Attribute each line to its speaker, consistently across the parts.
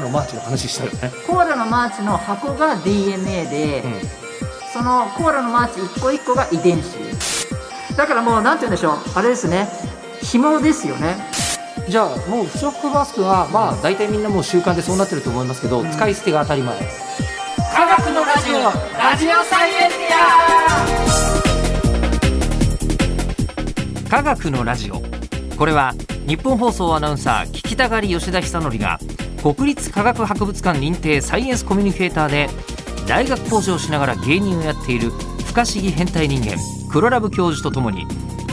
Speaker 1: のマーチの話したよね
Speaker 2: コーラのマーチの箱が DNA で、
Speaker 1: ん
Speaker 2: そのコーラのマーチ一個一個が遺伝子だからもうなんて言うんでしょうあれですね紐ですよね
Speaker 3: じゃあもう不織布マスクはまあ大体みんなもう習慣でそうなってると思いますけど、使い捨てが当たり前です
Speaker 2: 科学のラジオラジオサイエンティ
Speaker 3: 科学のラジオこれは日本放送アナウンサー聞きたがり吉田久典が国立科学博物館認定サイエンスコミュニケーターで大学講師をしながら芸人をやっている不可思議変態人間黒ラブ教授とともに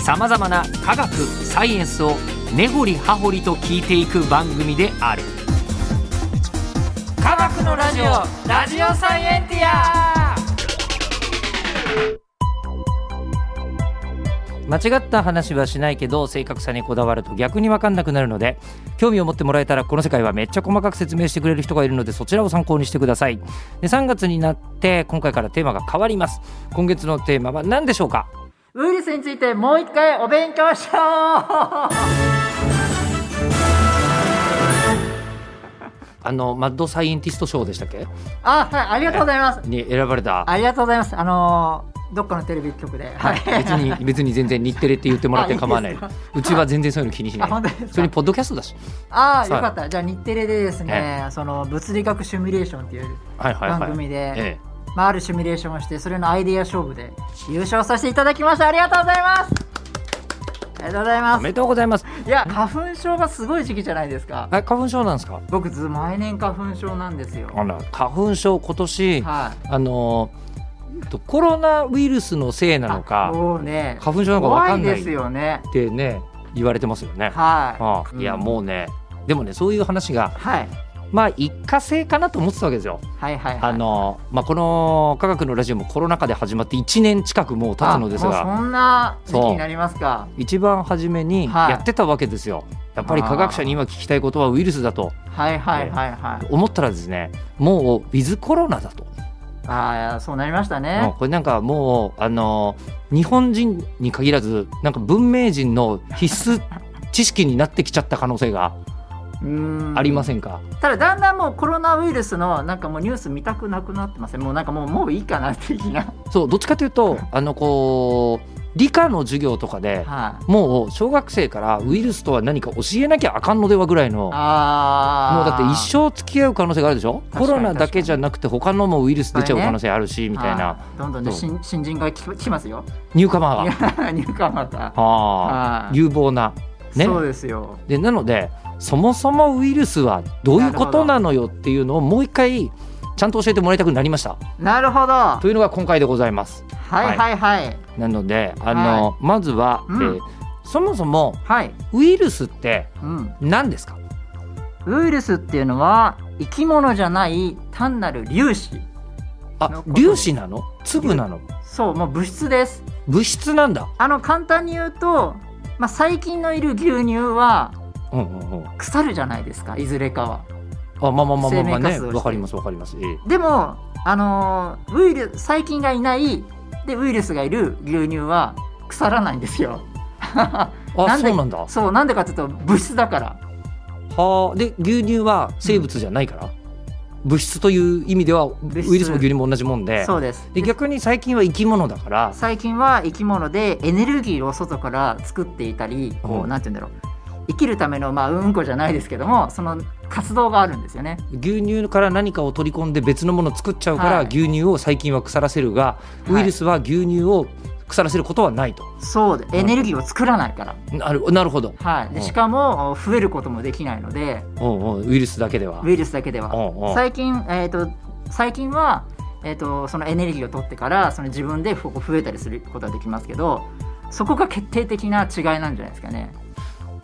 Speaker 3: さまざまな科学サイエンスを根掘り葉掘りと聞いていく番組である科学のラジオラジオサイエンティア間違った話はしないけど正確さにこだわると逆に分かんなくなるので興味を持ってもらえたらこの世界はめっちゃ細かく説明してくれる人がいるのでそちらを参考にしてくださいで3月になって今回からテーマが変わります今月のテーマは何でしょうか
Speaker 2: アウイルスについてもう一回お勉強 しよう
Speaker 3: あのマッドサイエンティスト賞でしたっけ
Speaker 2: あはいありがとうございます
Speaker 3: に選ばれた
Speaker 2: ありがとうございますあのーどっかのテレビ局では
Speaker 3: はい、別に別に全然日テレって言ってもらって構わない
Speaker 2: あいいです
Speaker 3: うちは全然そういうの気にしな
Speaker 2: あ本当で
Speaker 3: い
Speaker 2: すか
Speaker 3: それにポッドキャストだし
Speaker 2: ああ
Speaker 3: さあ
Speaker 2: よかったじゃあ日テレでですね、その物理学シミュレーションっていう
Speaker 3: はいはいはい
Speaker 2: 番組で、
Speaker 3: え
Speaker 2: まあ、あるシミュレーションをしてそれのアイデア勝負で優勝させていただきましたありがとうございますありがとうござい
Speaker 3: え、お
Speaker 2: ま
Speaker 3: めでとうございます
Speaker 2: すいや花粉症がすごい時期じゃないですか
Speaker 3: あ花粉症なんですか
Speaker 2: 僕ず毎年花粉症なんですよ
Speaker 3: あら花粉症今年
Speaker 2: はい
Speaker 3: あのーとコロナウイルスのせいなの
Speaker 2: あ
Speaker 3: か
Speaker 2: もうね
Speaker 3: 花粉症なのかわ
Speaker 2: 怖
Speaker 3: か
Speaker 2: い
Speaker 3: んない
Speaker 2: で
Speaker 3: っ
Speaker 2: すよね
Speaker 3: てね言われてますよね。
Speaker 2: はい
Speaker 3: あ
Speaker 2: う
Speaker 3: あ
Speaker 2: ん
Speaker 3: いやもうねでもねそういう話が
Speaker 2: はい
Speaker 3: まあ一過性かなと思ってたわけですよ。
Speaker 2: はいはいはい
Speaker 3: あのーまあ、この「科学のラジオ」もコロナ禍で始まって1年近くもう経つのです
Speaker 2: あも
Speaker 3: が
Speaker 2: うそんな時期
Speaker 3: そう
Speaker 2: になりますか
Speaker 3: 一番初めに
Speaker 2: はい
Speaker 3: やってたわけですよ。やっぱり科学者に今聞きたいことはウイルスだと
Speaker 2: はいはいはいはい
Speaker 3: 思ったらですねもうウィズコロナだと。
Speaker 2: ああそうなりました
Speaker 3: うん
Speaker 2: ね
Speaker 3: これなんかもうあのー日本人に限らずなんか文明人の必須知識になってきちゃった可能性が
Speaker 2: うん
Speaker 3: ありませんか、
Speaker 2: ただだんだんもうコロナウイルスのなんかもうニュース見たくなくなってませんもうなんかもうもういいかな的な
Speaker 3: そうどっちかというとあのこう理科の授業とかで
Speaker 2: はい
Speaker 3: もう小学生からウイルスとは何か教えなきゃあかんのではぐらいの
Speaker 2: ああ
Speaker 3: もうだって一生付き合う可能性があるでしょ
Speaker 2: か
Speaker 3: コ
Speaker 2: に
Speaker 3: ロナだけじゃなくて他のもウイルス出ちゃう
Speaker 2: はいね
Speaker 3: 可能性あるし、みたいな
Speaker 2: はどんどんね
Speaker 3: そ
Speaker 2: 新新人が来来ますよ
Speaker 3: ニューカマー
Speaker 2: ニ
Speaker 3: は
Speaker 2: ューカマーだ
Speaker 3: あ
Speaker 2: は
Speaker 3: ー
Speaker 2: い
Speaker 3: 有望なね
Speaker 2: そうですよ
Speaker 3: でなのでそもそもウイルスはどういうことなのよっていうのをもう一回ちゃんと教えてもらいたくなりました
Speaker 2: なるほどは
Speaker 3: というのが今回でございます
Speaker 2: いはいはい
Speaker 3: なのであの、まずは、
Speaker 2: うん
Speaker 3: えーそもそも
Speaker 2: はい、
Speaker 3: ウイルスって
Speaker 2: うん、
Speaker 3: 何ですか
Speaker 2: ウイルスっていうのは生き物じゃない単なる粒子
Speaker 3: あ粒子なの粒なの
Speaker 2: そうもう物質です
Speaker 3: 物質なんだ
Speaker 2: あの簡単に言うと、まあ、細菌のいる牛乳は
Speaker 3: うんうんうんあ
Speaker 2: 腐るじゃないですかいずれか
Speaker 3: ま
Speaker 2: は
Speaker 3: あまあまあまあまあ
Speaker 2: 生命
Speaker 3: ね
Speaker 2: 活動してる
Speaker 3: わかりますわかります、ええ
Speaker 2: でもあのーウイル細菌がいないでウイルスがいる牛乳は腐らないんですよ
Speaker 3: あ
Speaker 2: なんで
Speaker 3: そうなんだ
Speaker 2: そうなんでかっていうと物質だから
Speaker 3: はあで牛乳は生物じゃないから、物質という意味ではウ
Speaker 2: 質
Speaker 3: イルスも牛乳も同じもんで
Speaker 2: そうです
Speaker 3: で逆に細菌は生き物だから
Speaker 2: 細菌は生き物でエネルギーを外から作っていたりこ
Speaker 3: う
Speaker 2: うんなんて言うんだろう生きるための、まあ、うんこじゃないですけどもその活動があるんですよね
Speaker 3: 牛乳から何かを取り込んで別のものを作っちゃうから、
Speaker 2: はい
Speaker 3: 牛乳を細菌は腐らせるが、
Speaker 2: い
Speaker 3: ウイルスは牛乳を腐らせることはないと
Speaker 2: そうでエネルギーを作らないから、
Speaker 3: なるなるほど
Speaker 2: はい、
Speaker 3: う
Speaker 2: で
Speaker 3: ん
Speaker 2: しかも増えることもできないので
Speaker 3: おうおうウイルスだけでは
Speaker 2: ウイルスだけでは
Speaker 3: おうおう
Speaker 2: 最近、えー、と最近は、えー、とそのエネルギーを取ってからその自分でここ増えたりすることはできますけどそこが決定的な違いなんじゃないですかね。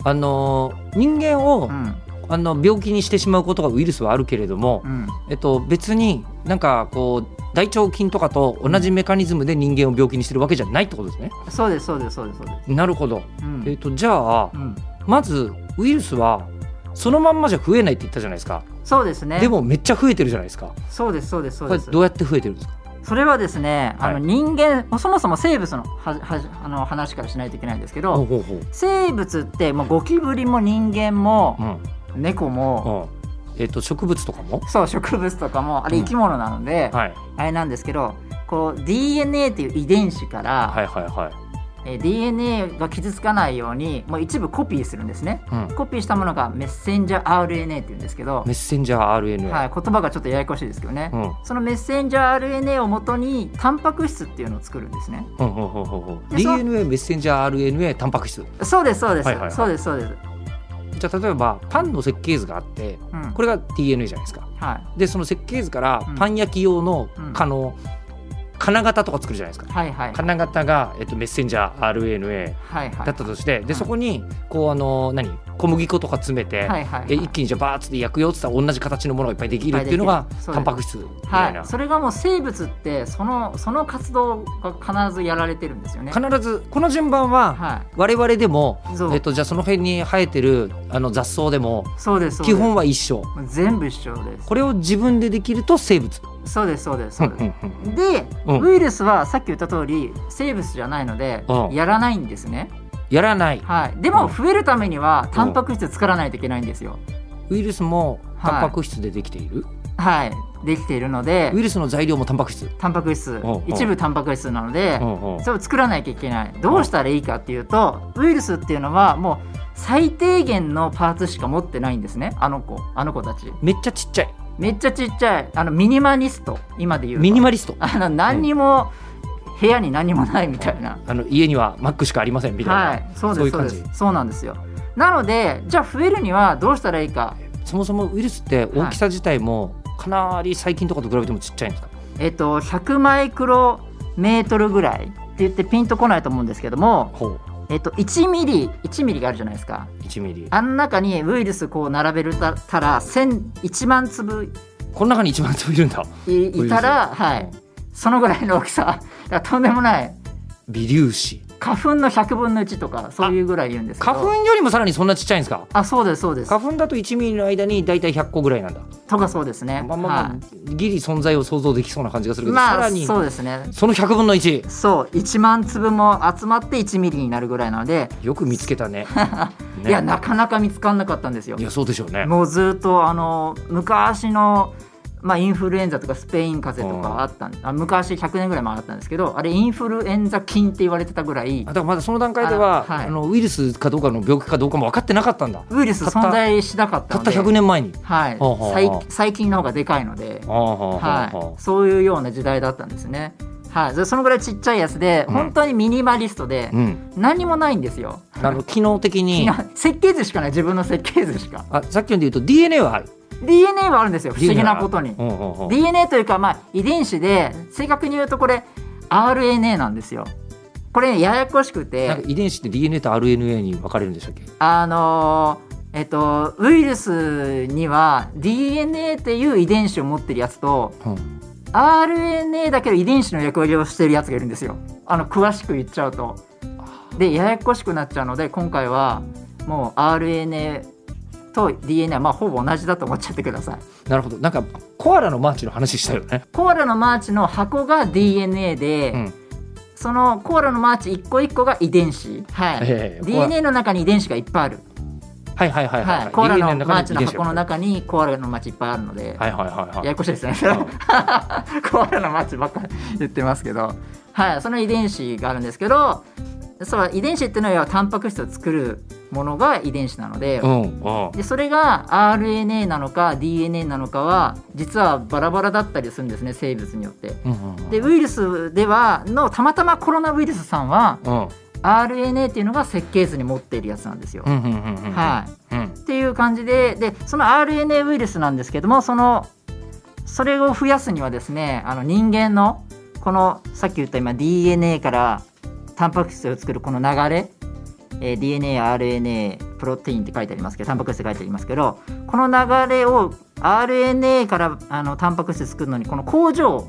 Speaker 3: あのー人間を、
Speaker 2: うん
Speaker 3: あの病気にしてしまうことがウイルスはあるけれども、
Speaker 2: うん、
Speaker 3: えっと、別になんかこう大腸菌とかと同じメカニズムで人間を病気にしてるわけじゃないってことですね。
Speaker 2: そうですそうですそうですそうです。
Speaker 3: なるほど、
Speaker 2: うん
Speaker 3: えっと、じゃあ
Speaker 2: うん、
Speaker 3: まずウイルスはそのまんまじゃ増えないって言ったじゃないですか
Speaker 2: そうですね
Speaker 3: でもめっちゃ増えてるじゃないですか
Speaker 2: そうですそうですそう
Speaker 3: これ
Speaker 2: です
Speaker 3: どうやって増えてるんですか
Speaker 2: それはですね、あ
Speaker 3: は
Speaker 2: の
Speaker 3: い
Speaker 2: 人間そもそも生物のははあの話からしないといけないんですけ
Speaker 3: ほう
Speaker 2: ど
Speaker 3: ほうほう
Speaker 2: 生物ってもうゴキブリも人間も
Speaker 3: うん
Speaker 2: 猫も
Speaker 3: うえっと植物とかも
Speaker 2: そう植物とかもあれ
Speaker 3: うん
Speaker 2: 生き物なので、
Speaker 3: はい
Speaker 2: あれなんですけどこう DNA っていう遺伝子から、
Speaker 3: はいはいはい
Speaker 2: えー DNA が傷つかないようにもう一部コピーするんですね
Speaker 3: うん
Speaker 2: コピーしたものがメッセンジャー RNA っていうんですけど、
Speaker 3: メッセンジャー RNA、
Speaker 2: はい、言葉がちょっとややこしいですけどね、
Speaker 3: うん
Speaker 2: そのメッセンジャー RNA をもとにタンパク質っていうのを作るんですね
Speaker 3: うんうんうんうんうん
Speaker 2: でそう
Speaker 3: DNA メッセンジャー RNA タンパク質
Speaker 2: そうですそうです、
Speaker 3: はいはいはい
Speaker 2: そうですそうです
Speaker 3: じゃあ例えばパンの設計図があって
Speaker 2: うん
Speaker 3: これが DNA じゃないですか
Speaker 2: は
Speaker 3: でその設計図から
Speaker 2: うん
Speaker 3: パン焼き用の
Speaker 2: うん
Speaker 3: 可能、金型とか作るじゃないです
Speaker 2: い
Speaker 3: か
Speaker 2: はいはい
Speaker 3: 金型が、えっと、メッセンジャー RNA
Speaker 2: はいはい
Speaker 3: だったとして、
Speaker 2: うん
Speaker 3: でそこにこうあの何小麦粉とか詰めて、
Speaker 2: はいはいはい
Speaker 3: え一気にじゃあバーッつって焼くよっつったら同じ形のものがいっぱいできるっていうの
Speaker 2: いっ
Speaker 3: が
Speaker 2: ぱいできるそうです
Speaker 3: タンパク質みたいな、
Speaker 2: はい、それがもう生物ってそのその活動が必ずやられてるんですよね。
Speaker 3: 必ずこの順番は
Speaker 2: は
Speaker 3: 我々でも、
Speaker 2: い、そう
Speaker 3: えっと、じゃあその辺に生えてるあの雑草でも
Speaker 2: そうですそうです
Speaker 3: 基本は一緒
Speaker 2: もう全部一緒です
Speaker 3: これを自分でできると生物
Speaker 2: そうですそうですそうです。で、
Speaker 3: うん
Speaker 2: ウイルスはさっき言った通り生物じゃないので、
Speaker 3: うん
Speaker 2: やらないんですね。
Speaker 3: やらない
Speaker 2: はい。でも
Speaker 3: うん
Speaker 2: 増えるためにはタンパク質作らないといけないんですよ。
Speaker 3: ウイルスも
Speaker 2: はい
Speaker 3: タンパク質でできている、
Speaker 2: はい。できているので
Speaker 3: ウイルスの材料もタンパク質、
Speaker 2: タンパク質
Speaker 3: んうん
Speaker 2: 一部タンパク質なので
Speaker 3: う、んうん
Speaker 2: それを作らなきゃいけない。どうしたらいいかっていうとウイルスっていうのはもう最低限のパーツしか持ってないんですね。あの子あの子たち。
Speaker 3: めっちゃちっちゃい
Speaker 2: めっちゃちっちゃいあのミニマリスト今で言うと
Speaker 3: ミニマリスト
Speaker 2: あの何にも、部屋に何もないみたいな。
Speaker 3: あの家にはマックしかありませんみたいな、
Speaker 2: はい、そう
Speaker 3: そういう
Speaker 2: ですそう
Speaker 3: 感
Speaker 2: で
Speaker 3: じ
Speaker 2: すそうなんですよなのでじゃあ増えるにはどうしたらいいか
Speaker 3: そもそもウイルスって大きさ自体もかなり細菌とかと比べてもちっちゃいんですか、
Speaker 2: えっと100マイクロメートルぐらいって言ってピンとこないと思うんですけども、
Speaker 3: ほう
Speaker 2: えっと、1ミリ1ミリがあるじゃないですか
Speaker 3: 1ミリ
Speaker 2: あん中にウイルスこう並べるたたら1000 1万粒
Speaker 3: この中に一番飛いるんだ
Speaker 2: い
Speaker 3: ウイルス
Speaker 2: いたら、はい、そのぐらいの大きさだからとんでもない
Speaker 3: 微粒子
Speaker 2: 花粉の100分の1とかそういうぐらい言うんですけど
Speaker 3: 花粉よりもさらにそんなちっちゃいんですか
Speaker 2: あそうですそうです
Speaker 3: 花粉だと1ミリの間に大体100個ぐらいなんだ
Speaker 2: とかそうですね
Speaker 3: まあまあまあ
Speaker 2: はい
Speaker 3: ギリ存在を想像できそうな感じがするけど、
Speaker 2: ま
Speaker 3: さ
Speaker 2: あ
Speaker 3: らに
Speaker 2: そうですね
Speaker 3: その100分の1
Speaker 2: そう1万粒も集まって1ミリになるぐらいなので、
Speaker 3: よく見つけた ねね
Speaker 2: いやなかなか見つからなかったんですよ
Speaker 3: いやそうでしょうね
Speaker 2: もうずっとあの昔の、まあ、インフルエンザとかスペイン風邪と
Speaker 3: うん
Speaker 2: かあったんあ昔100年ぐらい前あったんですけどあれインフルエンザ菌って言われてたぐらい
Speaker 3: あだからまだその段階ではあ
Speaker 2: あのはい
Speaker 3: のウイルスかどうかの病気かどうかも分かってなかったんだ
Speaker 2: ウイルス存在しなかった
Speaker 3: た
Speaker 2: の
Speaker 3: っ
Speaker 2: で
Speaker 3: た100年前に
Speaker 2: はい
Speaker 3: ほうほうほう
Speaker 2: 細細菌の方がでかいので、
Speaker 3: ああはあは
Speaker 2: はい、そういうような時代だったんですね。はい、でそのぐらいちっちゃいやつで、
Speaker 3: うん
Speaker 2: 本当にミニマリストで
Speaker 3: あ、うん
Speaker 2: 何もないんですよ。
Speaker 3: あの機能的
Speaker 2: い
Speaker 3: に
Speaker 2: や設計図しかない自分の設計図しか
Speaker 3: あさっきので言うと DNA はある
Speaker 2: DNA はあるんですよ不思議なことに
Speaker 3: うんうんうん
Speaker 2: DNA というかまあ遺伝子で正確に言うとこれ RNA なんですよこれややこしく
Speaker 3: なん
Speaker 2: て
Speaker 3: か遺伝子って DNA と RNA に分かれるんでしたっけ
Speaker 2: あのーえっとウイルスには DNA っていう遺伝子を持ってるやつと
Speaker 3: うん、
Speaker 2: RNA だけど遺伝子の役割をしてるやつがいるんですよあの詳しく言っちゃうとでややこしくなっちゃうので今回はもう RNA と DNA はまあほぼ同じだと思っちゃってください
Speaker 3: なるほどなんかコアラのマーチの話したよね、
Speaker 2: コアラのマーチの箱が DNA で、
Speaker 3: うん
Speaker 2: そのコアラのマーチ一個一個が遺伝子、はい
Speaker 3: ええ
Speaker 2: DNA の中に遺伝子がいっぱいある、
Speaker 3: はいはいはい
Speaker 2: はい
Speaker 3: はい、
Speaker 2: コアラ
Speaker 3: DNA
Speaker 2: のマーチの
Speaker 3: 遺伝子
Speaker 2: 箱の
Speaker 3: が
Speaker 2: 中にコアラのマーチいっぱいあるので、
Speaker 3: はいはいはいはい
Speaker 2: ややこしいですね コアラのマーチばっかり言ってますけど、はい、その遺伝子があるんですけどそう遺伝子っていうのはタンパク質を作るものが遺伝子なので,、
Speaker 3: うんうん
Speaker 2: でそれが RNA なのか DNA なのかは実はバラバラだったりするんですね生物によって。
Speaker 3: うんうんうん
Speaker 2: でウイルスではのたまたまコロナウイルスさんは
Speaker 3: うん
Speaker 2: RNA っていうのが設計図に持っているやつなんですよ。
Speaker 3: うんうんうんうん
Speaker 2: はい
Speaker 3: うん
Speaker 2: い、っていう感じででその RNA ウイルスなんですけどもそのそれを増やすにはですねあの人間のこのさっき言った今 DNA からタンパク質を作るこの流れ、えー DNA、RNA、プロテインって書いてありますけどタンパク質って書いてありますけどこの流れを RNA からあのタンパク質作るのにこの工場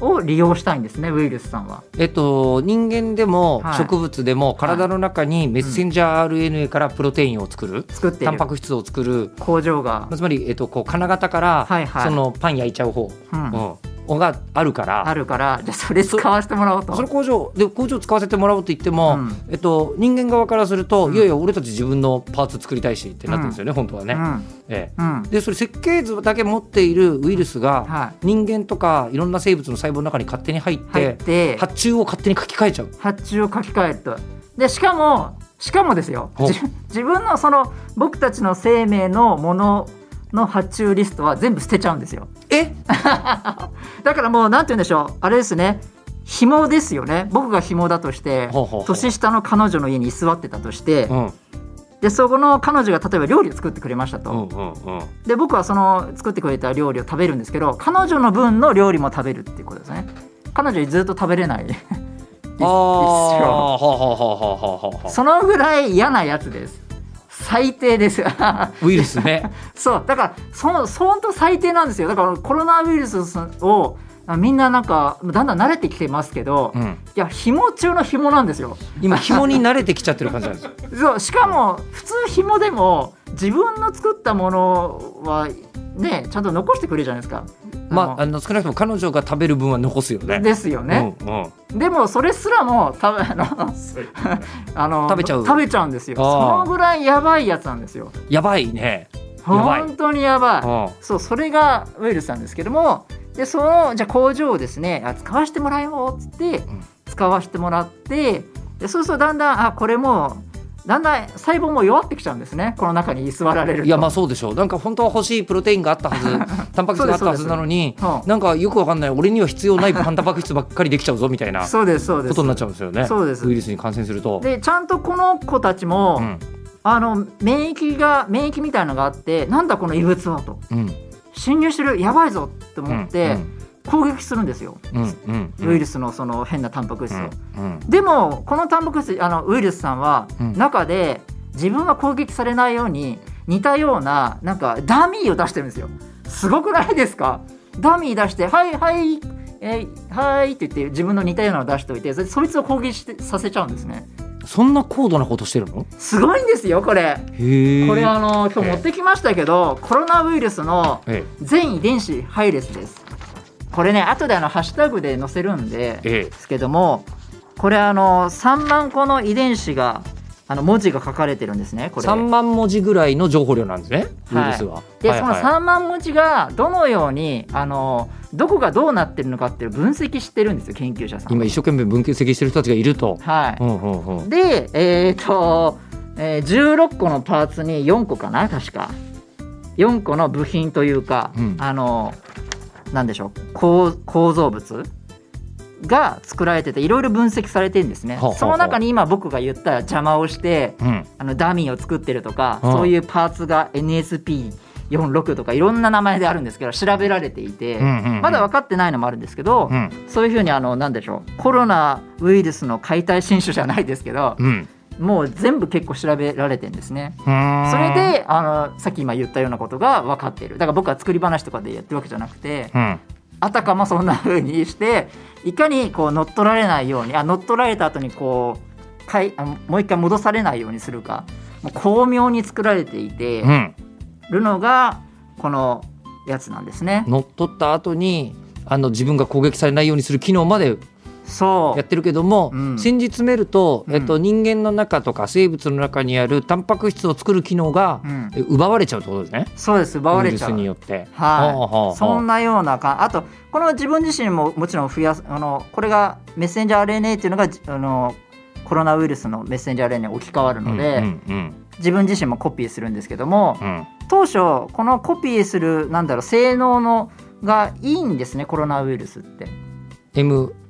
Speaker 2: を利用したいんですねウイルスさんは。
Speaker 3: えっと、人間でも
Speaker 2: はい
Speaker 3: 植物でも体の中にメッセンジャー RNA からプロテインを作る、
Speaker 2: 作っ
Speaker 3: タ
Speaker 2: てい
Speaker 3: ン
Speaker 2: る
Speaker 3: パク質を作る
Speaker 2: 工場が、
Speaker 3: つまり、えっと、こう金型から、
Speaker 2: はいはい
Speaker 3: そのパン焼いちゃう方、
Speaker 2: うん
Speaker 3: うがあるから
Speaker 2: あるからじゃあそれ使わせてもらおうと
Speaker 3: それ工場で工場使わせてもらおうと言っても、
Speaker 2: うん
Speaker 3: えっと、人間側からすると、
Speaker 2: うん
Speaker 3: いやいや俺たち自分のパーツ作りたいしってなってるんですよね、本当はね。え
Speaker 2: うんうん
Speaker 3: え、でそれ設計図だけ持っているウイルスが、
Speaker 2: はい
Speaker 3: 人間とかいろんな生物の細胞の中に勝手に入って
Speaker 2: 入って
Speaker 3: 発注を勝手に書き換えちゃう。
Speaker 2: 発注を書き換えるとでしかもしかもですよ
Speaker 3: お
Speaker 2: 自自分のその僕たちの生命のものの発注リストは全部捨てちゃうんですよ
Speaker 3: え
Speaker 2: だからもうなんて言うんでしょうあれですね紐ですよね僕が紐だとして
Speaker 3: ほうほうほう
Speaker 2: 年下の彼女の家に居座ってたとして
Speaker 3: うんうん
Speaker 2: でそこの彼女が例えば料理を作ってくれましたと、
Speaker 3: うんうん
Speaker 2: で僕はその作ってくれた料理を食べるんですけど彼女の分の料理も食べるっていうことですね彼女にずっと食べれない
Speaker 3: ああははははははは
Speaker 2: そのぐらい嫌なやつです最低です
Speaker 3: ウイルスね
Speaker 2: そうだからそそほんと最低なんですよだからコロナウイルスをあみんななんかだんだん慣れてきてますけど、
Speaker 3: う
Speaker 2: い
Speaker 3: ん
Speaker 2: や紐中の紐なんですよ
Speaker 3: 今紐に慣れてきちゃってる感じ なんですよ
Speaker 2: そうしかも普通紐でも自分の作ったものはねちゃんと残してくれるじゃないですか
Speaker 3: まあ
Speaker 2: あ
Speaker 3: あの少なくとも彼女が食べる分は残すよ
Speaker 2: の
Speaker 3: ね
Speaker 2: ですよね、
Speaker 3: うんうん、
Speaker 2: でもそれすらもたあ のあの
Speaker 3: 食べちゃう
Speaker 2: 食べちゃうんですよそ
Speaker 3: あー
Speaker 2: のぐらいやばいやつなんですよ
Speaker 3: やばいねやばい
Speaker 2: 本当にや
Speaker 3: うん
Speaker 2: ばいそうそれがウイルスなんですけどもでそのじゃあ工場をですねあ使わせてもらえようっつって
Speaker 3: ん
Speaker 2: 使わせてもらってでそうするとだんだんあこれもうだんだん細胞も弱ってきちゃうんですねこの中に居座られると
Speaker 3: いやまあそうでしょうなんか本当は欲しいプロテインがあったは ずタンパク質があったはずなのに
Speaker 2: そうです
Speaker 3: なんかよくわかんない俺には必要ないタンパク質ばっかりできちゃうぞみたいなこ
Speaker 2: そうですそうです
Speaker 3: とになっちゃうんですよね
Speaker 2: そうです
Speaker 3: ウイルスに感染すると。
Speaker 2: でちゃんとこの子たちも、
Speaker 3: うん
Speaker 2: あの免疫が免疫みたいのがあってなんだこの異物はと
Speaker 3: うん
Speaker 2: 侵入してるやばいぞっ
Speaker 3: う
Speaker 2: て
Speaker 3: ん
Speaker 2: 思って攻撃するんですよ、
Speaker 3: うんうんうん
Speaker 2: ウイルスのその変なタンパク質を、
Speaker 3: うん
Speaker 2: でもこのタンパク質あのウイルスさんは
Speaker 3: うん
Speaker 2: 中で自分が攻撃されないように似たようななんかダミーを出してるんですよすごくないですかダミー出して「はいはい」えーはい」って言って自分の似たようなのを出しておいてそそいつを攻撃してさせちゃうんですね
Speaker 3: そんな高度なことしてるの
Speaker 2: すごいんですよこれ
Speaker 3: へえ
Speaker 2: これあの今日持ってきましたけどコロナウイルスの
Speaker 3: え
Speaker 2: 全遺伝子配列ですこれね後であのハッシュタグで載せるんで
Speaker 3: ええ
Speaker 2: ですけどもこれあの3万個の遺伝子があの文字が書かれてるんですねこ
Speaker 3: え、
Speaker 2: れ
Speaker 3: 3万文字ぐらいの情報量なんですねウイ
Speaker 2: はい
Speaker 3: ルスは。
Speaker 2: で
Speaker 3: はい
Speaker 2: その
Speaker 3: はい
Speaker 2: 3万文字がどのようにあのどこがどうなってるのかっていう分析してるんですよ研究者さんは
Speaker 3: 今一生懸命分析してる人たちがいると。
Speaker 2: はい、
Speaker 3: うんうんうん
Speaker 2: でえっ、と、えー16個のパーツに4個かな確か4個の部品というか、
Speaker 3: うん
Speaker 2: あのなんでしょう構構造物が作られてていろいろ分析されてるんですね
Speaker 3: ほうほうほう
Speaker 2: その中に今僕が言った邪魔をして
Speaker 3: うん
Speaker 2: あのダミーを作ってるとか、
Speaker 3: うん
Speaker 2: そういうパーツが NSP46 とかいろんな名前であるんですけど調べられていて、
Speaker 3: うんうんうん
Speaker 2: まだ分かってないのもあるんですけど、
Speaker 3: うん
Speaker 2: そういうふうにあのなんでしょうコロナウイルスの解体新種じゃないですけど、
Speaker 3: うん
Speaker 2: もう全部結構調べられてんですね。
Speaker 3: うーん
Speaker 2: それであのさっき今言ったようなことが分かっているだから僕は作り話とかでやってるわけじゃなくて
Speaker 3: うん
Speaker 2: あたかもそんな風にしていかにこう乗っ取られないようにあ乗っ取られた後にこうかいあもう一回戻されないようにするかもう巧妙に作られていて
Speaker 3: うん
Speaker 2: るのがこのやつなんですね。
Speaker 3: 乗っ取った後にあの自分が攻撃されないようにする機能まで
Speaker 2: そ
Speaker 3: やってるけども、
Speaker 2: うん
Speaker 3: 先日めると、
Speaker 2: うん
Speaker 3: えっと、人間の中とか生物の中にあるタンパク質を作る機能が
Speaker 2: う、う、ん、
Speaker 3: え奪われちゃうってことですね。
Speaker 2: そうです奪われちゃ
Speaker 3: ウイルスに
Speaker 2: う。
Speaker 3: よって。ほうほうほ
Speaker 2: は
Speaker 3: う
Speaker 2: い、そんなようなかあとこの自分自身ももちろん増やすあのこれがメッセンジャー RNA っていうのがじあのコロナウイルスのメッセンジャー RNA に置き換わるので、
Speaker 3: うんうん
Speaker 2: 自分自身もコピーするんですけども、
Speaker 3: うんうん
Speaker 2: 当初このコピーするなんだろう性能のがいいんですねコロナウイルスって。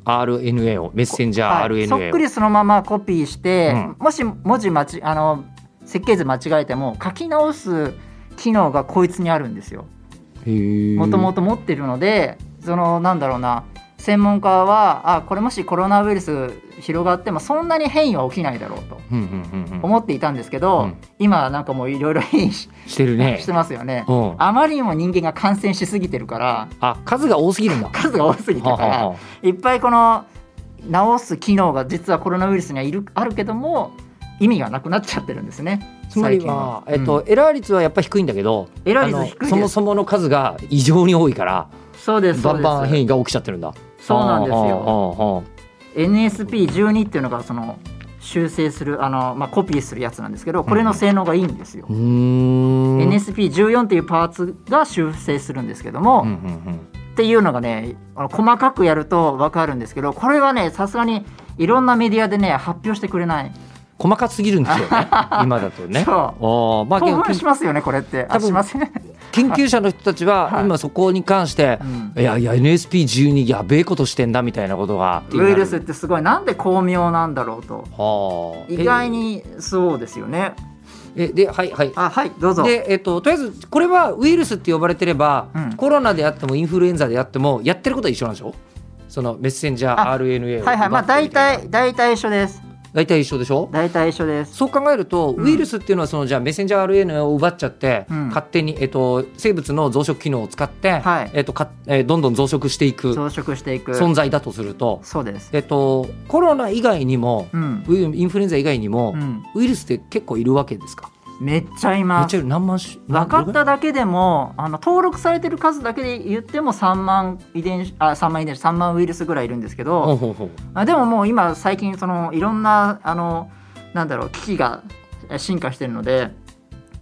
Speaker 3: mRNA をメッセンジャー
Speaker 2: はい
Speaker 3: RNA を、
Speaker 2: そっくりそのままコピーして、
Speaker 3: うん
Speaker 2: もし文字間ちあの設計図間違えても書き直す機能がこいつにあるんですよ。もとも
Speaker 3: と
Speaker 2: と持ってるのでそのなんだろうな専門家はあこれもしコロナウイルス広がってもそんなに変異は起きないだろうと思っていたんですけど、
Speaker 3: うん
Speaker 2: 今なんかもういろいろ変異し,、
Speaker 3: してるね
Speaker 2: してますよね。
Speaker 3: うん、
Speaker 2: あまりにも人間が感染しすぎてるから
Speaker 3: あ数が多すぎ るんだ。
Speaker 2: 数が多すぎて
Speaker 3: は
Speaker 2: か
Speaker 3: あはあ
Speaker 2: ら
Speaker 3: はあ
Speaker 2: いっぱいこの治す機能が実はコロナウイルスにはいるあるけども意味がなくなっちゃってるんですね。
Speaker 3: つまり
Speaker 2: 最近
Speaker 3: は、えっとエラー率はやっぱ低いんだけど
Speaker 2: エラー率低いです
Speaker 3: あのそもそもの数が異常に多いから
Speaker 2: そうですそ
Speaker 3: バ
Speaker 2: う
Speaker 3: ンバン
Speaker 2: で
Speaker 3: 変
Speaker 2: す
Speaker 3: 異が起きちゃってるんだ
Speaker 2: そうなんですよ
Speaker 3: よ
Speaker 2: NSP12 っていうのがその修正するあの、まあ、コピーするやつなんですけどこれの性能がいいんですよ、
Speaker 3: うーん
Speaker 2: NSP14 っていうパーツが修正するんですけども、
Speaker 3: うんうん
Speaker 2: っていうのがねあの細かくやると分かるんですけどこれはねさすがにいろんなメディアでね発表してくれない、
Speaker 3: 細かすぎるんですよね 今だとね
Speaker 2: そう
Speaker 3: あーまあ
Speaker 2: 興
Speaker 3: 研
Speaker 2: 奮し
Speaker 3: 究
Speaker 2: ますよねこれって
Speaker 3: 多
Speaker 2: あ
Speaker 3: 分
Speaker 2: しません、
Speaker 3: 研究者の人たちは
Speaker 2: はい
Speaker 3: 今そこに関して
Speaker 2: うん
Speaker 3: いやいや NSP12 やべえことしてんだみたいなことが
Speaker 2: ウイルスってすごいなんで巧妙なんだろうと
Speaker 3: はあ
Speaker 2: 意外にそうですよね
Speaker 3: ええではいはい
Speaker 2: あはいどうぞ
Speaker 3: でえっととりあえずこれはウイルスって呼ばれてれば、
Speaker 2: うん
Speaker 3: コロナであってもインフルエンザであってもやってることは一緒なんでしょそのメッセンジャー
Speaker 2: あ
Speaker 3: RNA を
Speaker 2: はいはいま
Speaker 3: 奪
Speaker 2: あ
Speaker 3: って
Speaker 2: 大
Speaker 3: みたいな
Speaker 2: 体大体一緒です
Speaker 3: 大体一緒でしょ
Speaker 2: 大体一緒です
Speaker 3: そう考えると、
Speaker 2: うん
Speaker 3: ウイルスっていうのはそのじゃあメッセンジャー RNA を奪っちゃって、
Speaker 2: うん
Speaker 3: 勝手に、えっと、生物の増殖機能を使って、
Speaker 2: はい
Speaker 3: えっとかえーどんどん増殖していく
Speaker 2: 増殖していく
Speaker 3: 存在だとすると、
Speaker 2: そうです
Speaker 3: えっと、コロナ以外にも、
Speaker 2: うん
Speaker 3: ウイインフルエンザ以外にも
Speaker 2: う、ん
Speaker 3: ウイルスって結構いるわけですか
Speaker 2: めっちゃい
Speaker 3: め
Speaker 2: ま
Speaker 3: っちゃ
Speaker 2: す
Speaker 3: いる何万種
Speaker 2: 分かっ
Speaker 3: 何
Speaker 2: ただけでもあの登録されてる数だけで言っても3万遺伝子あ3万遺伝子3万ウイルスぐらいいるんですけ
Speaker 3: ほう
Speaker 2: ど、
Speaker 3: ほうほう
Speaker 2: あでももう今最近そのいろんなあのなんだろう機器がえ進化してるので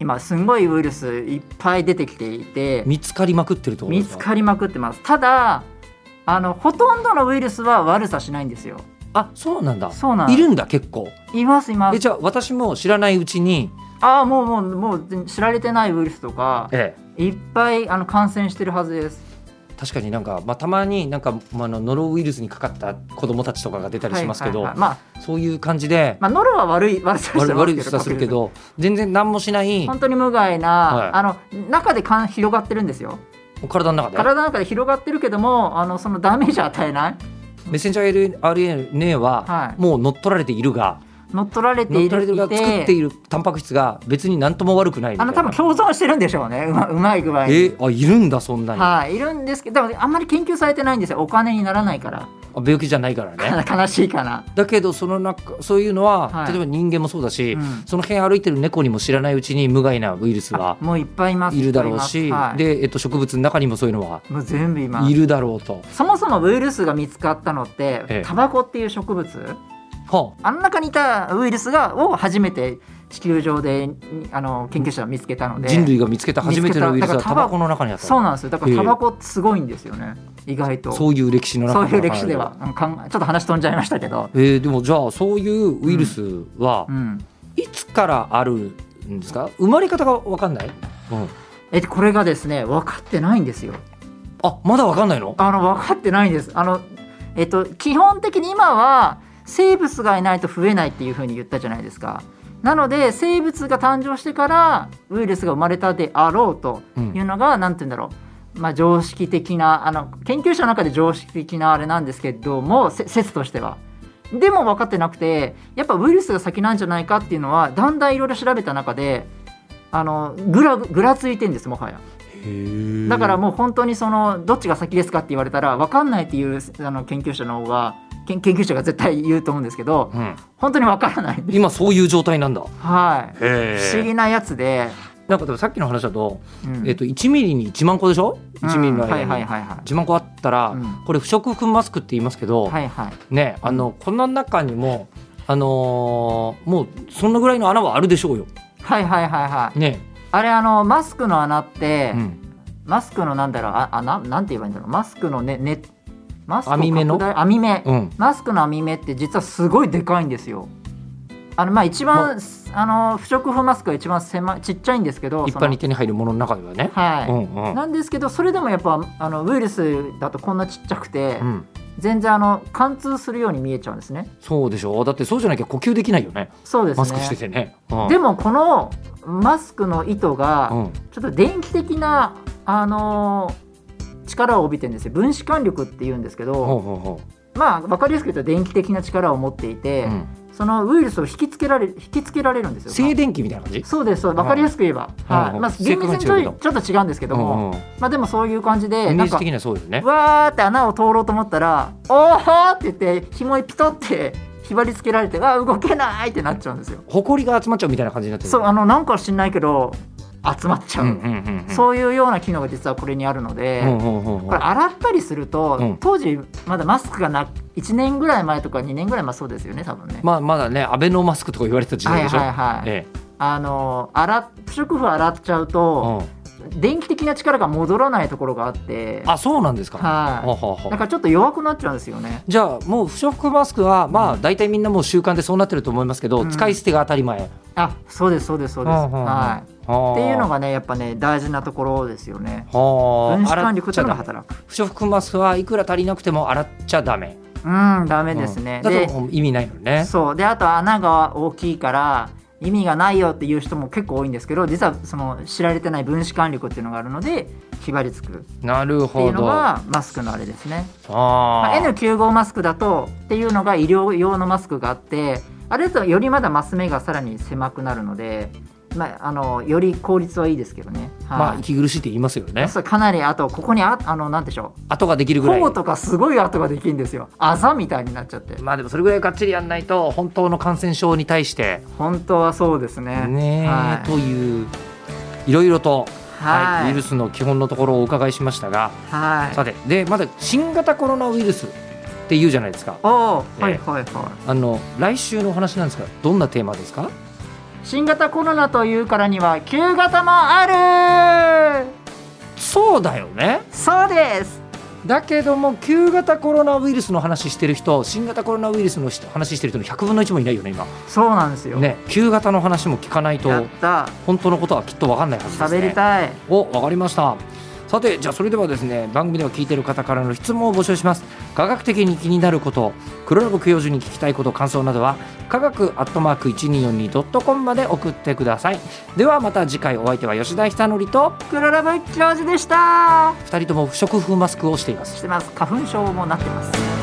Speaker 2: 今すんごいウイルスいっぱい出てきていて
Speaker 3: 見つかりまくってると思う
Speaker 2: 見つかりまくってますただあのほとんどのウイルスは悪さしないんですよ
Speaker 3: あそうなんだ
Speaker 2: そうなん
Speaker 3: いるんだ結構
Speaker 2: いますいま
Speaker 3: え
Speaker 2: す
Speaker 3: じゃあ私も知らないうちに、
Speaker 2: ああもうもうもう知られてないウイルスとか
Speaker 3: え
Speaker 2: いっぱいあの感染してるはずです
Speaker 3: え、確かになんか、まあ、たまになんか、まあ、あのノロウイルスにかかった子供たちとかが出たりしますけど、
Speaker 2: はいはいはいまあ
Speaker 3: そういう感じで、
Speaker 2: まあ、ノロは悪い悪さして
Speaker 3: 悪
Speaker 2: ま
Speaker 3: 悪
Speaker 2: す
Speaker 3: い
Speaker 2: け
Speaker 3: 人
Speaker 2: ど
Speaker 3: はするけど全然何もしない
Speaker 2: 本当に無害な、
Speaker 3: はい
Speaker 2: あの中でかん広がってるんですよ
Speaker 3: 体の中で
Speaker 2: 体の中で広がってるけどもあのそのダメージ与えない
Speaker 3: メッセンジャー RNA は
Speaker 2: はい
Speaker 3: もう乗っ取られているが、
Speaker 2: 乗っ取られて
Speaker 3: 乗っ
Speaker 2: い
Speaker 3: 取ら
Speaker 2: る
Speaker 3: れてるが作って
Speaker 2: い
Speaker 3: いるタンパク質が別に何とも悪くないみた
Speaker 2: あ
Speaker 3: いな
Speaker 2: の多分共存してるんでしょうねうまうまい具合に、
Speaker 3: えあいるんだそんなに、
Speaker 2: はい、いるんですけどでもあんまり研究されてないんですよお金にならないから
Speaker 3: あ病気じゃないからね
Speaker 2: 悲しいかな
Speaker 3: だけどその中そういうのは、
Speaker 2: はい
Speaker 3: 例えば人間もそうだし、
Speaker 2: うん
Speaker 3: その辺歩いてる猫にも知らないうちに無害なウイルスが
Speaker 2: もういっぱいいます
Speaker 3: いるだろうし、
Speaker 2: いっぱいいますはい、
Speaker 3: で、えっと、植物の中にもそういうのは
Speaker 2: もう全部います
Speaker 3: いるだろうと。
Speaker 2: そもそもウイルスが見つかったのって、
Speaker 3: ええ
Speaker 2: タバコっていう植物
Speaker 3: は
Speaker 2: あの中にいたウイルスがを初めて地球上でにあの研究者は見つけたの
Speaker 3: あ
Speaker 2: で
Speaker 3: 人類が見つけた初めてのウイルスは
Speaker 2: 見つけ
Speaker 3: タ
Speaker 2: ただからタバ
Speaker 3: バコの中にあった
Speaker 2: そうなんですよだか
Speaker 3: ええ
Speaker 2: らタバコってすごいんですよね意外とそ
Speaker 3: そういう歴史の
Speaker 2: う
Speaker 3: 中に
Speaker 2: いう歴史では、うんかんちょっと話飛んじゃいましたけど、
Speaker 3: えーでもじゃあそういうウイルスは
Speaker 2: うん、
Speaker 3: いつからあるんですか生まれ方が分かんない、うん
Speaker 2: えこれがですね分かってないんですよ
Speaker 3: あまだ分かんないの
Speaker 2: あの分かってないんですあのえっと基本的に今は生物がいないと増えないっていうふうに言ったじゃないですかなので生物が誕生してからウイルスが生まれたであろうと
Speaker 3: うん
Speaker 2: いうのが何、なん、て言うんだろう、まあ、常識的なあの研究者の中で常識的なあれなんですけどもせ説としては。でも分かってなくてやっぱウイルスが先なんじゃないかっていうのはだんだんいろいろ調べた中であのぐらぐらついてんですもはや。
Speaker 3: へえ
Speaker 2: だからもう本当にそのどっちが先ですかって言われたら分かんないっていうあの研究者の方が研研究者が絶対言うと思うんですけど
Speaker 3: うん、
Speaker 2: 本当に分か らないんで
Speaker 3: 今そういう状態なんだ
Speaker 2: はい
Speaker 3: へ
Speaker 2: 不思議なやつで、
Speaker 3: なんかでもさっきの話だと、
Speaker 2: うん
Speaker 3: えっと、1ミリに1万個でしょ1ミリの
Speaker 2: うんは
Speaker 3: 間
Speaker 2: い
Speaker 3: に
Speaker 2: はいはいは
Speaker 3: 1万個あったら、
Speaker 2: うん
Speaker 3: これ不織布マスクって言いますけど、
Speaker 2: いはいはい
Speaker 3: ねあのこの中にもあのーもうそんなぐらいの穴はあるでしょうよ。
Speaker 2: はいはいはいはい
Speaker 3: ね、
Speaker 2: あれあのマスクの穴って、
Speaker 3: うん
Speaker 2: マスクのなんだろうああななんて言えばいいんだろうマスクのねねマスク
Speaker 3: 網目の
Speaker 2: 拡大網目、
Speaker 3: うん
Speaker 2: マスクの網目って実はすごいでかいんですよあのまあ一番、あの不織布マスクが一番狭いちっちゃいんですけど
Speaker 3: 一
Speaker 2: その
Speaker 3: 般に手に入るものの中ではね。
Speaker 2: はい、
Speaker 3: うんうん
Speaker 2: なんですけどそれでもやっぱあのウイルスだとこんなちっちゃくて、
Speaker 3: うん、
Speaker 2: 全然あの貫通するように見えちゃうんですね。
Speaker 3: そうでしょうだってそうじゃなきゃ呼吸できないよね
Speaker 2: そうですね
Speaker 3: マスクしててね。うん
Speaker 2: でもこのマスクの糸
Speaker 3: う
Speaker 2: が
Speaker 3: ん
Speaker 2: ちょっと電気的な、あのー力を帯びてるんですよ分子間力っていうんですけ
Speaker 3: ほう
Speaker 2: ど、
Speaker 3: ほうほ
Speaker 2: まあ分かりやすく言うと電気的な力を持っていて、
Speaker 3: ううん
Speaker 2: そのウイルスを引きつけられ引きつけられるんですよ。
Speaker 3: 静電気みたいな感じ
Speaker 2: そうですそう分かりやすく言えば、
Speaker 3: はい
Speaker 2: はいまあ、
Speaker 3: 正
Speaker 2: 厳
Speaker 3: 確な
Speaker 2: 密にち
Speaker 3: 違いだ
Speaker 2: ょちょっと違うんですけども、
Speaker 3: うんうん
Speaker 2: まあ、でもそういう感じで
Speaker 3: イメ
Speaker 2: な
Speaker 3: ー
Speaker 2: ん
Speaker 3: ジ
Speaker 2: か
Speaker 3: 的にはそうよね。
Speaker 2: わーって穴を通ろうと思ったら「おー!」って言って紐にピトって縛り付けられて「わー動けない!」ってなっちゃうんですよ。
Speaker 3: 埃が集まっちゃうみたいな感じになってる
Speaker 2: そうあのなんか知んないけど集まっちゃう、
Speaker 3: うんう
Speaker 2: そういうような機能が実はこれにあるので、
Speaker 3: うんうんうんうん
Speaker 2: これ洗ったりすると、
Speaker 3: うん
Speaker 2: 当時まだマスクがな1年ぐらい前とか2年ぐらい前そうですよね多分ね、
Speaker 3: まあまだねアベノマスクとか言われてた時
Speaker 2: はい
Speaker 3: 代でしょ、
Speaker 2: はいはい、
Speaker 3: え
Speaker 2: あの洗っ不織布洗っちゃう
Speaker 3: え
Speaker 2: と、
Speaker 3: うん
Speaker 2: 電気的な力が戻らないところがあって
Speaker 3: あそうなんですか、
Speaker 2: はい
Speaker 3: ははは
Speaker 2: だからちょっと弱くなっちゃうんですよね
Speaker 3: じゃあもう不織布マスクはまあ大体みんなもう習慣でそうなってると思いますけど、
Speaker 2: うん
Speaker 3: 使い捨てが当たり前
Speaker 2: あそうですそうですそうです、
Speaker 3: うんうんうん
Speaker 2: はい
Speaker 3: っ
Speaker 2: っていうの
Speaker 3: が
Speaker 2: がねやっぱね大事なところですよね分
Speaker 3: 分
Speaker 2: 子管理こっちの方が働く
Speaker 3: 不織布マスクはいくら足りなくても洗っちゃダメ
Speaker 2: うんダメですね、
Speaker 3: うんだ
Speaker 2: で
Speaker 3: ともう意味ないのね
Speaker 2: そうであと穴が大きいから意味がないよっていう人も結構多いんですけど実はその知られてない分子管理庫っていうのがあるのでひばりつくっ
Speaker 3: なる
Speaker 2: てい
Speaker 3: ほ
Speaker 2: うの
Speaker 3: どあ
Speaker 2: がマスクのあれですね、まあ、
Speaker 3: ー
Speaker 2: N95 マスクだとっていうのが医療用のマスクがあってあれだとよりまだマス目がさらに狭くなるので、まあ、あのより効率はいいですけどね、
Speaker 3: まあ
Speaker 2: はい
Speaker 3: 息苦しいって言いますよね
Speaker 2: そうかなりあとここにああのなんでしょ
Speaker 3: 跡ができる
Speaker 2: う
Speaker 3: ぐらい
Speaker 2: 頬とかすごい跡ができるんですよあざみたいになっちゃって
Speaker 3: まあでもそれぐらいがっちりやんないと本当の感染症に対して
Speaker 2: 本当はそうですね
Speaker 3: ねえ、
Speaker 2: はい
Speaker 3: といういろいろと、
Speaker 2: はい、
Speaker 3: はいウイルスの基本のところをお伺いしましたが、
Speaker 2: はい
Speaker 3: さてでまだ新型コロナウイルスっていうじゃないですか
Speaker 2: おー
Speaker 3: え
Speaker 2: はい
Speaker 3: え
Speaker 2: はいはい
Speaker 3: あの来週のお話なんですがどんなテーマですか
Speaker 2: 新型コロナというからには旧型もある
Speaker 3: そうだよね
Speaker 2: そうです
Speaker 3: だけども旧型コロナウイルスの話してる人新型コロナウイルスの人話してる人の100分の1もいないよね今
Speaker 2: そうなんですよ、
Speaker 3: ね旧型の話も聞かない
Speaker 2: やっ
Speaker 3: と
Speaker 2: た
Speaker 3: 本当のことはきっと分かんないはずですね
Speaker 2: 喋りたい、
Speaker 3: おわかりましたさてじゃあそれではですね番組では聞いてる方からの質問を募集します科学的に気になること黒信教授に聞きたいこと感想などは科学アットマーク 1242.com まで送ってくださいではまた次回お相手は吉田久典と
Speaker 2: 黒ラブ教授でした
Speaker 3: 2人とも不織布マスクをしています
Speaker 2: してます花粉症もなってます